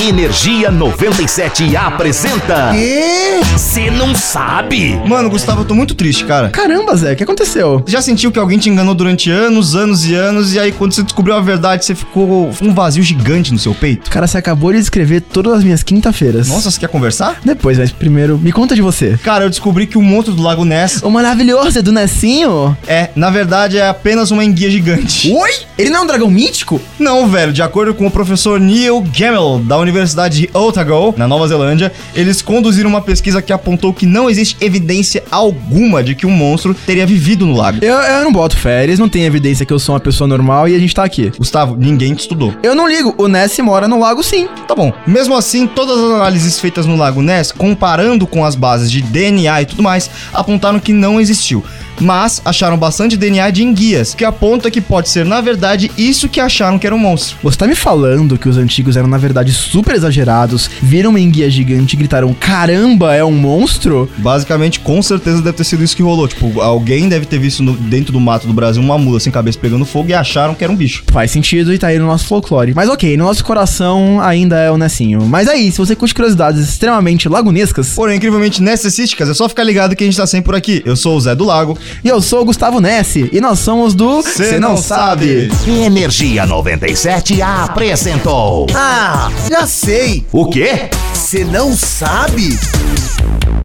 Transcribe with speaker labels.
Speaker 1: Energia 97 apresenta.
Speaker 2: E...
Speaker 1: Você não sabe?
Speaker 2: Mano, Gustavo, eu tô muito triste, cara.
Speaker 3: Caramba, Zé, o que aconteceu?
Speaker 2: Já sentiu que alguém te enganou durante anos, anos e anos, e aí quando você descobriu a verdade, você ficou um vazio gigante no seu peito?
Speaker 3: Cara, você acabou de escrever todas as minhas quinta-feiras.
Speaker 2: Nossa, você quer conversar?
Speaker 3: Depois, mas primeiro, me conta de você.
Speaker 2: Cara, eu descobri que o monstro do Lago Ness
Speaker 3: O maravilhoso é do Nessinho?
Speaker 2: é, na verdade, é apenas uma enguia gigante.
Speaker 3: Oi? Ele não é um dragão mítico?
Speaker 2: Não, velho, de acordo com o professor Neil Gemmell, da Universidade de Otago, na Nova Zelândia, eles conduziram uma pesquisa que apontou que não existe evidência alguma de que um monstro teria vivido no lago.
Speaker 3: Eu, eu não boto fé, eles não têm evidência que eu sou uma pessoa normal e a gente tá aqui.
Speaker 2: Gustavo, ninguém te estudou.
Speaker 3: Eu não ligo, o Ness mora no lago sim.
Speaker 2: Tá bom. Mesmo assim, todas as análises feitas no Lago Ness, comparando com as bases de DNA e tudo mais, apontaram que não existiu. Mas acharam bastante DNA de enguias, que aponta que pode ser, na verdade, isso que acharam que era um monstro.
Speaker 3: Você tá me falando que os antigos eram, na verdade, super exagerados, viram uma enguia gigante e gritaram: caramba, é um monstro?
Speaker 2: Basicamente, com certeza deve ter sido isso que rolou. Tipo, alguém deve ter visto no- dentro do mato do Brasil uma mula sem cabeça pegando fogo e acharam que era um bicho.
Speaker 3: Faz sentido e tá aí no nosso folclore. Mas ok, no nosso coração ainda é o Nessinho. Mas aí, se você curte curiosidades extremamente lagunescas,
Speaker 2: Porém, incrivelmente necessísticas, é só ficar ligado que a gente tá sempre por aqui. Eu sou o Zé do Lago.
Speaker 3: e eu sou o Gustavo Nessi e nós somos do.
Speaker 2: Cê não sabe.
Speaker 1: Energia 97 apresentou.
Speaker 4: Ah, já sei.
Speaker 1: O quê?
Speaker 4: Você não sabe?